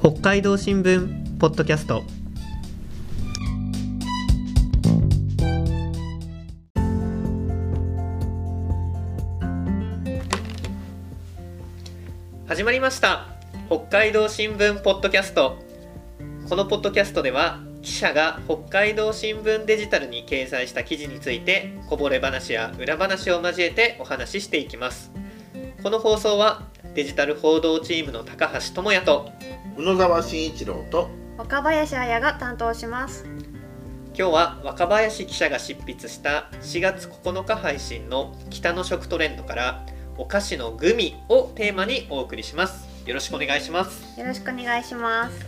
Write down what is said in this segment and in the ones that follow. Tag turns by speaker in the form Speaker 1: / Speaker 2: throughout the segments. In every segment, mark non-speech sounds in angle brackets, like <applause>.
Speaker 1: 北海道新聞ポッドキャスト始まりました北海道新聞ポッドキャストこのポッドキャストでは記者が北海道新聞デジタルに掲載した記事についてこぼれ話や裏話を交えてお話ししていきますこの放送はデジタル報道チームの高橋智也と
Speaker 2: 宇野沢慎一郎と
Speaker 3: 若林彩が担当します
Speaker 1: 今日は若林記者が執筆した4月9日配信の「北の食トレンド」から「お菓子のグミ」をテーマにお送りしますよろしくお願いします
Speaker 3: よろしくお願いします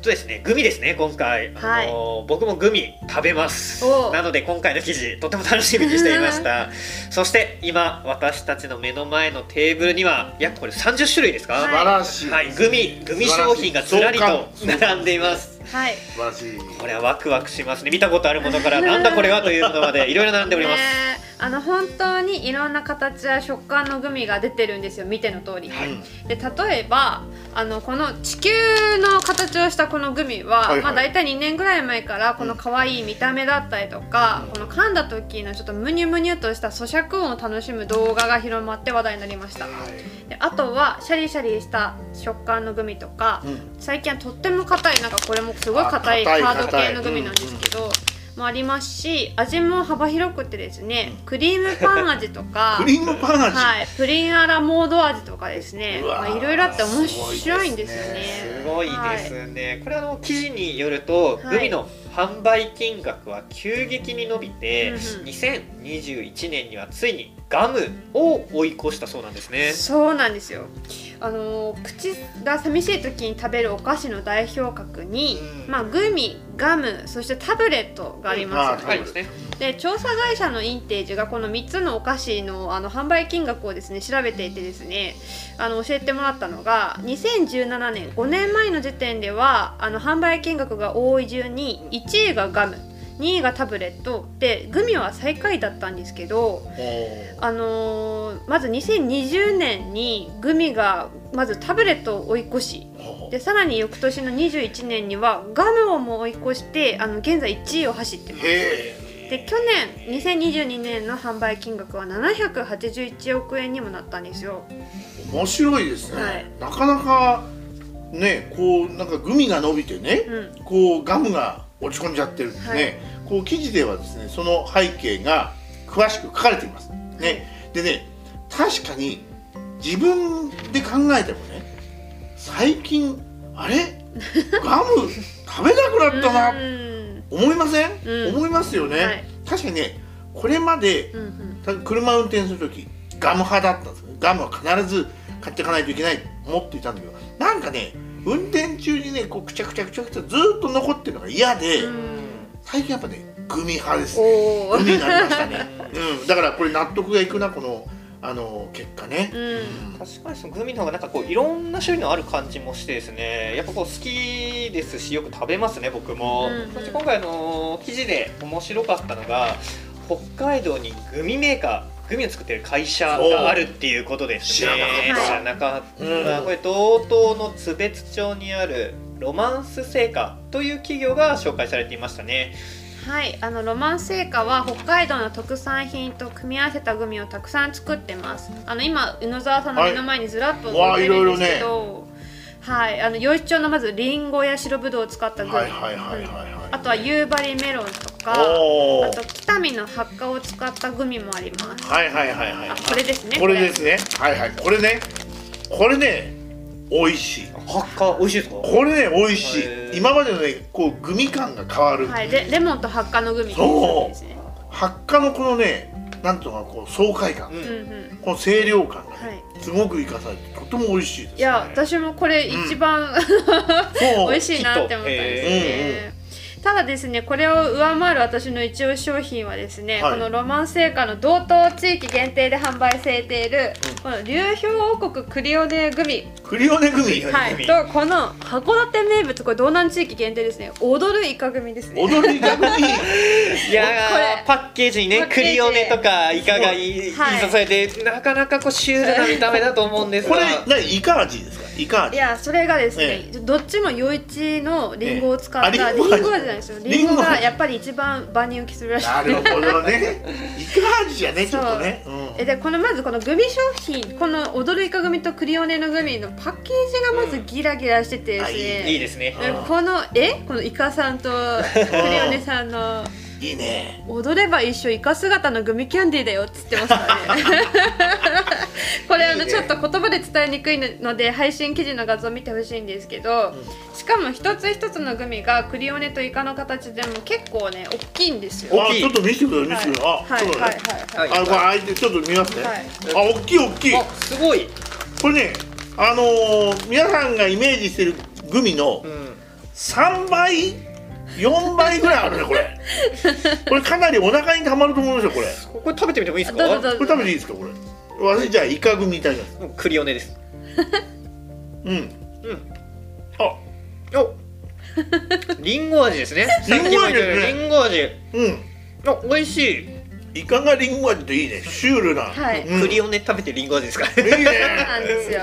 Speaker 1: そうですねグミですね今回、
Speaker 3: はい
Speaker 1: あのー僕もグミ食べます
Speaker 3: お
Speaker 1: なので今回の記事とても楽しみにしていましたそして今私たちの目の前のテーブルには約これ30種類ですか
Speaker 3: は
Speaker 2: 素
Speaker 3: い
Speaker 2: 晴らしい、
Speaker 1: はい、グミグミ商品がずらりと並んでいます
Speaker 3: はい
Speaker 2: 素晴らしい
Speaker 1: これはワクワクしますね見たことあるものからなんだこれはというものまでいろいろ並んでおります、
Speaker 3: ねえあの本当にいろんな形や食感のグミが出てるんですよ見ての通り、
Speaker 2: うん
Speaker 3: で例えばあのこの地球の形をしたこのグミは、
Speaker 2: はいはい
Speaker 3: まあ、大体2年ぐらい前からこの可愛い見た目だったりとか、この噛んだ時のちょっとムニュムニュとした咀嚼音を楽しむ動画が広まって話題になりました
Speaker 2: はい
Speaker 3: であとはシャリシャリした食感のグミとか、
Speaker 2: うん
Speaker 3: 最近はとっても硬いなんかこれもすごい硬い
Speaker 2: あ硬
Speaker 3: カ
Speaker 2: い
Speaker 3: ード
Speaker 2: 硬
Speaker 3: 系
Speaker 2: い
Speaker 3: のグミなんですけど、もありますし味も幅広くてですねクリームパン味とか
Speaker 2: クリームパン味、
Speaker 3: はい、プリンアラモード味とかですね
Speaker 2: うわー
Speaker 3: まあいろいろあって面白いんですよね
Speaker 2: す
Speaker 1: すごいですね、これあの記事によると、
Speaker 3: はい
Speaker 1: グミの販売金額は急激に伸びて、
Speaker 3: うんうん
Speaker 1: 2021年にはついにガムを追い越したそうなんですね
Speaker 3: そうなんですよあのー口が寂しい時に食べるお菓子の代表格に、
Speaker 2: うん
Speaker 3: まあ、グミガムそしてタブレットがありますよ
Speaker 2: うん
Speaker 1: あ
Speaker 3: ね
Speaker 1: り、ますね
Speaker 3: で調査会社のインテージがこの3つのお菓子のあの販売金額をですね調べていてですねあの教えてもらったのが2017年5年前の時点ではあの販売金額が多い順に1位がガム2位がタブレットでグミは最下位だったんですけど、
Speaker 2: お
Speaker 3: あのーまず2020年にグミがまずタブレットを追い越し
Speaker 2: ー
Speaker 3: でさらに翌年の21年にはガムをも追い越してあの現在1位を走ってます。
Speaker 2: へ
Speaker 3: で去年2022年の販売金額は781億円にもなったんですよ
Speaker 2: え面白いですね、
Speaker 3: はい
Speaker 2: なかなかねこうなんかグミが伸びてね、
Speaker 3: うん
Speaker 2: こうガムが落ち込んじゃってるんですね、
Speaker 3: はい
Speaker 2: こう記事ではですねその背景が詳しく書かれていますねでね確かに自分で考えてもね最近あ
Speaker 3: <laughs>
Speaker 2: れガム食べなくなった
Speaker 3: う
Speaker 2: な
Speaker 3: ーん
Speaker 2: 思いません、
Speaker 3: うん
Speaker 2: 思いますよね、
Speaker 3: はい
Speaker 2: 確かにねこれまで
Speaker 3: うんうん
Speaker 2: た車運転する時ガム派だったんですけどガムは必ず買っていかないといけないと思っていたんだけどなんかね運転中にねこうくちゃくちゃくちゃくちゃずーっと残ってるのが嫌で、最近やっぱねグミ派ですね
Speaker 3: おお
Speaker 2: グ
Speaker 3: う
Speaker 2: ミになりましたね、うん、だからこれ納得がいくなこのあの結果ね、
Speaker 3: ん
Speaker 1: 確かにそのグミの方がなんかこういろんな種類のある感じもしてですねやっぱこう好きですしよく食べますね僕も、
Speaker 3: うんうん
Speaker 1: そして今回あの記事で面白かったのが北海道にグミメーカーグミを作ってる会社があるっていうことですね
Speaker 2: お
Speaker 3: う知
Speaker 1: 知らなかった、
Speaker 2: 知らなかったうん
Speaker 1: これ道東の津別町にあるロマンス製菓という企業が紹介されていましたね
Speaker 3: はいあのロマン製菓は北海道の特産品と組み合わせたグミをたくさん作ってますあの今宇野沢さんの目の前にずらっと置いてるんですけどはい、あの余市町のまずリンゴや白ぶどうを使ったグミ、
Speaker 2: はいはいはいはいはい
Speaker 3: あとは夕張メロンとか
Speaker 2: おー
Speaker 3: あと北見の発火を使ったグミもあります
Speaker 2: はいはいはいはい
Speaker 3: あこれですね
Speaker 2: これですねはいはいこれねこれね美味しい
Speaker 1: ハッカー美味しいですか
Speaker 2: これね美味し
Speaker 1: へ
Speaker 2: い
Speaker 1: ー
Speaker 2: 今までのねこうグミ感が変わる、
Speaker 3: はい、レレモンと発火のグミ
Speaker 2: そう
Speaker 3: ですね。
Speaker 2: 発火のこのねなんとかこう爽快感、
Speaker 1: う
Speaker 3: うんんうん。
Speaker 2: この清涼感がね、
Speaker 3: はい。
Speaker 2: すごく生かされてとても美味しいです
Speaker 3: いや、私もこれ一番、
Speaker 2: そう
Speaker 3: <laughs> 美味しいなって思ったんですね。ただですね、これを上回る私の一押し商品はですね、
Speaker 2: はい
Speaker 3: このロマン製菓の道東地域限定で販売されている、この流氷王国クリオネグミ、
Speaker 2: クリオネグミ、
Speaker 3: は
Speaker 1: グミ
Speaker 3: い、とこの函館名物これ道南地域限定ですね踊るイカ組ですね
Speaker 2: 踊りがグミ
Speaker 3: <laughs>
Speaker 1: いやー
Speaker 3: これ
Speaker 1: パッケージにね
Speaker 3: パッケ
Speaker 1: ク
Speaker 3: ージ
Speaker 1: リオネとかイカがいい
Speaker 3: はい
Speaker 1: 印刷されてなかなかこうシュールな見た目だと思うんです
Speaker 2: こ
Speaker 1: が
Speaker 2: れ何イカ味ですかいかが
Speaker 3: い
Speaker 2: で
Speaker 3: やそれがですね、どっちも余市のリンゴを使った、
Speaker 2: ええあリ
Speaker 3: リ
Speaker 2: ン
Speaker 3: ン
Speaker 2: ゴ味
Speaker 3: ゴ味じゃないですよ
Speaker 2: リ
Speaker 3: リ
Speaker 2: ン
Speaker 3: ン
Speaker 2: ゴ
Speaker 3: ゴ
Speaker 2: 味
Speaker 3: がやっぱり一番万人受けするらし
Speaker 2: す
Speaker 3: い
Speaker 2: かなるほど
Speaker 3: <laughs>
Speaker 2: ねいか味じゃねちょっとね、うん
Speaker 3: えでこのまずこのグミ商品この踊るイカ組とクリオネのグミのパッケージがまずギラギラしててですね、
Speaker 2: うんあ
Speaker 1: いいですね
Speaker 2: うん
Speaker 3: えこのえこのイカさんとクリオネさんの
Speaker 2: いいね
Speaker 3: 踊れば一緒イカ姿のグミキャンディーだよっつってますか
Speaker 2: <laughs>
Speaker 3: らねこれあ
Speaker 2: いい
Speaker 3: の
Speaker 2: ね
Speaker 3: ちょっと言葉で伝えにくいので配信記事の画像を見てほしいんですけど、しかも一つ一つのグミがクリオネとイカの形でも結構ね大きいんですよ。
Speaker 2: あ
Speaker 1: 大きい
Speaker 2: ちょっと見せてくれ見せてくれ、あ
Speaker 3: はい
Speaker 2: そう
Speaker 3: はい
Speaker 2: だ
Speaker 3: は
Speaker 2: ね
Speaker 3: い
Speaker 1: は
Speaker 3: はいい
Speaker 2: あこれ開いてちょっと見ますね、
Speaker 3: はい
Speaker 2: あ大きい大きい
Speaker 1: あすごい、
Speaker 2: これねあのー皆さんがイメージしてるグミの
Speaker 1: うん、
Speaker 2: 3倍4倍ぐらいあるねこ <laughs> れこれかなりお腹にたまると思うんですよこれ
Speaker 1: ここれ食べてみてもいいです
Speaker 3: どうぞ
Speaker 1: か
Speaker 3: どう
Speaker 2: これ
Speaker 3: ぞ
Speaker 2: 食べていいですかこれ私じゃあイカグミいただきます
Speaker 1: もうクリオネです
Speaker 2: う
Speaker 1: う
Speaker 2: ん
Speaker 1: ん
Speaker 2: あ
Speaker 1: おリンゴ味ですね
Speaker 2: <laughs> リ
Speaker 1: さ
Speaker 2: ンゴ味ですね
Speaker 1: っきも言ったようにリンゴ味
Speaker 2: うん
Speaker 1: あ美味しい、
Speaker 2: イカがリンゴ味っていいねシュールな、
Speaker 3: はい
Speaker 2: うん、
Speaker 1: ク
Speaker 2: い
Speaker 1: リオネ食べてリンゴ味ですから
Speaker 2: い
Speaker 1: ね
Speaker 2: ね
Speaker 3: そうなんですよ。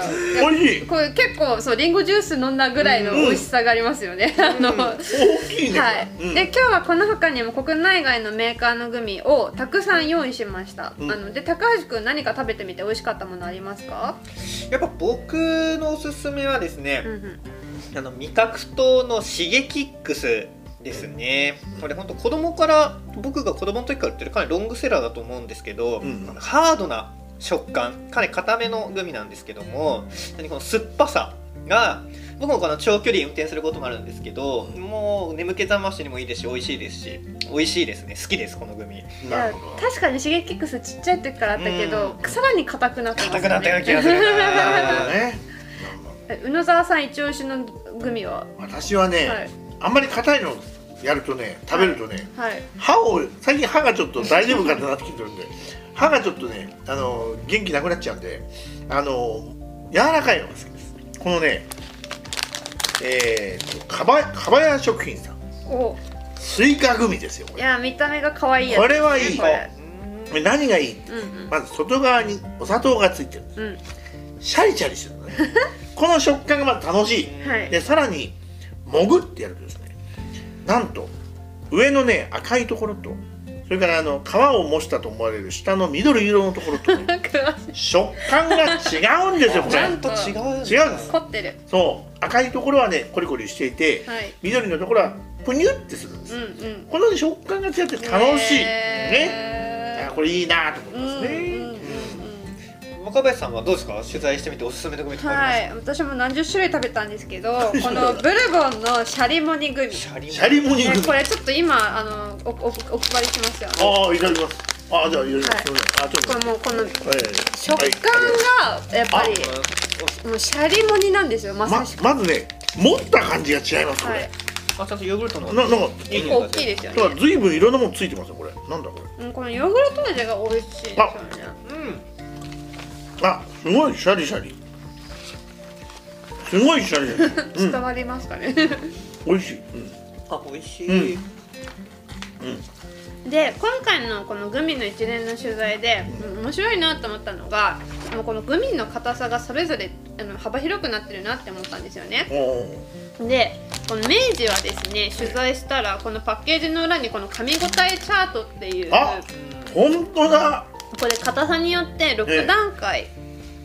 Speaker 2: 美味しい
Speaker 3: これ結構そうリンゴジュース飲んだぐらいの美味しさがありますよね。あの、は
Speaker 2: 大きいね、これ
Speaker 3: い。で今日はこの他にも国内外のメーカーのグミをたくさん用意しました。
Speaker 2: うん
Speaker 3: あので高橋くん何か食べてみて美味しかったものありますか？
Speaker 1: <laughs> やっぱ僕のおすすめはですね、
Speaker 3: うんうん。
Speaker 1: あの味覚糖のシゲキックスですねこれ本当子供から僕が子供の時から売ってるかなりロングセラーだと思うんですけど、
Speaker 2: うん
Speaker 1: あのハードな食感かなり硬めのグミなんですけどもこの酸っぱさが僕もこの長距離運転することもあるんですけどもう眠気覚ましにもいいですし美味しいですし美味しいですね好きですこのグミ
Speaker 2: うん
Speaker 3: い
Speaker 2: な
Speaker 3: や
Speaker 2: るほど
Speaker 3: 確かにシゲキックスちっちゃい時からあったけど、
Speaker 1: うん
Speaker 3: さらに硬くなってますよ
Speaker 1: 硬く
Speaker 3: ね。
Speaker 1: なったような気がする
Speaker 2: なるほど
Speaker 1: な
Speaker 2: ね
Speaker 3: え <laughs> 宇野沢さん一押しのグミは。
Speaker 2: 私はね、
Speaker 3: はい
Speaker 2: あんまり硬いのやるとね食べるとね、
Speaker 3: はい。
Speaker 2: 歯を最近歯がちょっと大丈夫かってなってきてるんで歯がちょっとねあの元気なくなっちゃうんであの柔らかいのが好きですこのねえーとかばかばや食品さん
Speaker 3: お
Speaker 2: スイカグミですよこ
Speaker 3: い
Speaker 2: れ
Speaker 3: や見た目が可愛いやつ
Speaker 2: これはいい
Speaker 3: これ
Speaker 2: これ何がいいって
Speaker 3: うんうん
Speaker 2: まず外側にお砂糖がついてるんです
Speaker 3: うん
Speaker 2: シャリシャリしてる
Speaker 3: <laughs>
Speaker 2: のねこの食感がまず楽しい
Speaker 3: はい
Speaker 2: でさらにもぐってやるとですねなんと上のね赤いところとそれからあの皮を模したと思われる下の緑色のところ
Speaker 3: <laughs>
Speaker 2: と
Speaker 3: 詳しい
Speaker 2: 食感が違うんですよこ
Speaker 1: ちゃ
Speaker 2: れ
Speaker 1: んと違う
Speaker 2: 違うんです
Speaker 3: 凝ってる
Speaker 2: そう赤いところはねコリコリしていて
Speaker 3: はい
Speaker 2: 緑のところはプニュってするんで
Speaker 3: う
Speaker 2: す、
Speaker 3: んうん
Speaker 2: この食感が違って楽しいね
Speaker 3: ね
Speaker 2: あこれいいなと思いますね、
Speaker 3: うんうんうん
Speaker 1: 若林さんはどうですか取材してみておすすめのグミ
Speaker 3: うん
Speaker 1: とかあ
Speaker 3: は
Speaker 1: り
Speaker 3: い私も何十種類食べたんですけどこのブルボンのシャリモニグミ
Speaker 1: ます
Speaker 3: ね
Speaker 1: か、シ
Speaker 2: シャリモニグミ
Speaker 3: これちょっと今あのおおお配りしますよこ
Speaker 2: ああいただきますああじゃあいただきます、あちょっと
Speaker 3: れもうこの
Speaker 2: はい
Speaker 3: 食感がやっぱりもうシャリモニなんですよま
Speaker 2: ま
Speaker 3: さしく
Speaker 2: まずね持った感じが違いますこ
Speaker 3: は
Speaker 2: れ、
Speaker 3: い
Speaker 1: あちゃんとヨーグルトの
Speaker 2: ななんか
Speaker 1: いい
Speaker 3: 結
Speaker 1: ね
Speaker 3: 構大きいですよね
Speaker 2: ずいぶんいろんなものついてますよこれなんだこれ
Speaker 3: うんこのヨーグルト味が美味しいですよね
Speaker 1: うん
Speaker 2: あすごいシャリシャリすごいシャリシャ
Speaker 3: <laughs>
Speaker 2: リ、う
Speaker 3: 伝
Speaker 2: ん、
Speaker 3: わりますかね、
Speaker 2: 美味しい、うん、
Speaker 1: あ美味し
Speaker 2: い
Speaker 1: い、うん、
Speaker 3: で今回のこのグミの一連の取材でうん面白いなと思ったのがもうこのグミの硬さがそれぞれあの幅広くなってるなって思ったんですよね
Speaker 2: おー
Speaker 3: でこの明治はですね取材したらこのパッケージの裏にこの噛み応えチャートっていう
Speaker 2: あ本当だ
Speaker 3: これ硬さによって6段階、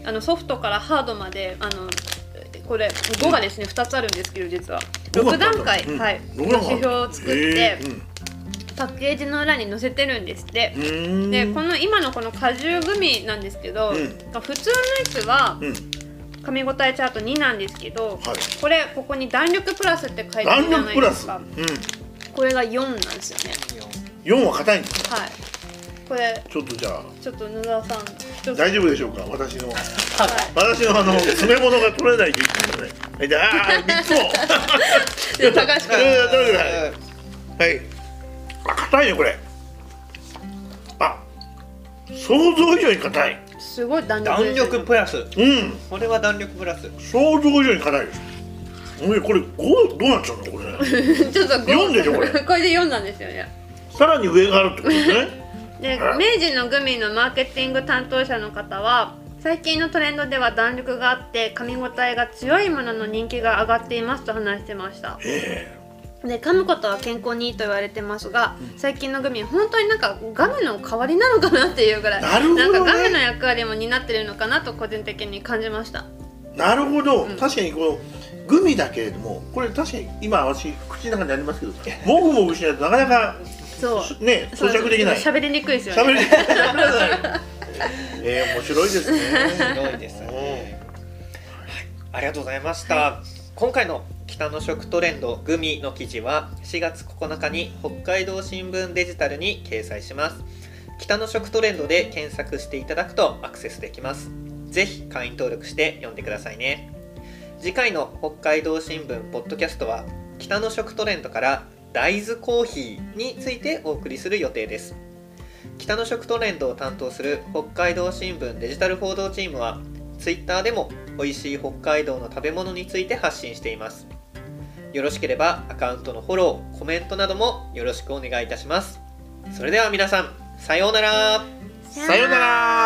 Speaker 3: あのソフトからハードまであのこれ5がですね2つあるんですけど実は6段階、
Speaker 2: うん
Speaker 3: はい、
Speaker 2: 六
Speaker 3: の
Speaker 2: 段
Speaker 3: 指
Speaker 2: 階
Speaker 3: 標を作って
Speaker 2: へー
Speaker 3: パッケージの裏に載せてるんですって、
Speaker 2: うんうーん
Speaker 3: でこの今のこの果汁グミなんですけど、
Speaker 2: うん
Speaker 3: 普通のやつは
Speaker 2: うん
Speaker 3: 噛み応えチャート2なんですけど、
Speaker 2: はい
Speaker 3: これここに弾力プラスって書いてる
Speaker 2: 弾
Speaker 3: じゃな
Speaker 2: 力プ
Speaker 3: い
Speaker 2: ラ
Speaker 3: で
Speaker 2: ス
Speaker 3: す
Speaker 2: う
Speaker 3: か
Speaker 2: ん
Speaker 3: これが4なんですよね
Speaker 2: 四は硬いんですね
Speaker 3: はいこれ
Speaker 2: ちょっとじゃあ
Speaker 3: ちょっと野沢さん一つ
Speaker 2: 大丈夫でしょうか私の
Speaker 3: はい
Speaker 2: 私のあの詰め物が取れないといけないのでじゃああー三つも
Speaker 3: じ
Speaker 2: うん
Speaker 3: ゃあ高橋君
Speaker 2: どれぐらいはい。あ、硬いね、これ。あ。想像以上に硬い。
Speaker 3: すごい弾力で
Speaker 1: 弾
Speaker 3: すよ
Speaker 1: 力プラス
Speaker 2: うん。
Speaker 1: これは弾力プラ
Speaker 3: <laughs>
Speaker 1: ス
Speaker 2: 想像以上に硬いです。おい、これ、五、どうなっちゃうの、これ。
Speaker 3: <laughs> ちょっとご
Speaker 2: 四でしょこれ
Speaker 3: これで4なんですよね
Speaker 2: さらに上があるってことね。
Speaker 3: で明治のグミのマーケティング担当者の方は最近のトレンドでは弾力があって噛み応えが強いものの人気が上がっていますと話してました
Speaker 2: え
Speaker 3: で噛むことは健康にいいと言われてますが最近のグミは本当になんかガムの代わりなのかなっていうぐらい
Speaker 2: なるほどね
Speaker 3: んかガムの役割も担ってるのかなと個人的に感じました
Speaker 2: えなるほど、
Speaker 3: うん
Speaker 2: 確かにこのグミだけれどもこれ確かに今私口の中にあり
Speaker 3: <laughs>
Speaker 2: ますけどもぐもぐしないとなかなか
Speaker 3: そう
Speaker 2: ね
Speaker 3: そう
Speaker 2: 咀嚼できない
Speaker 3: 喋りにくいですよ
Speaker 2: 喋
Speaker 3: ね
Speaker 2: れない <laughs> ええ面白いです <laughs> ね
Speaker 1: すごいですね、はい、ありがとうございました、今回の北の食トレンドグミの記事は4月9日に北海道新聞デジタルに掲載します北の食トレンドで検索していただくとアクセスできますぜひ会員登録して読んでくださいね次回の北海道新聞ポッドキャストは北の食トレンドから大豆コーヒーについてお送りする予定です北の食トレンドを担当する北海道新聞デジタル報道チームは Twitter でも美味しい北海道の食べ物について発信していますよろしければアカウントのフォローコメントなどもよろしくお願いいたしますそれでは皆さんさようなら
Speaker 2: さようなら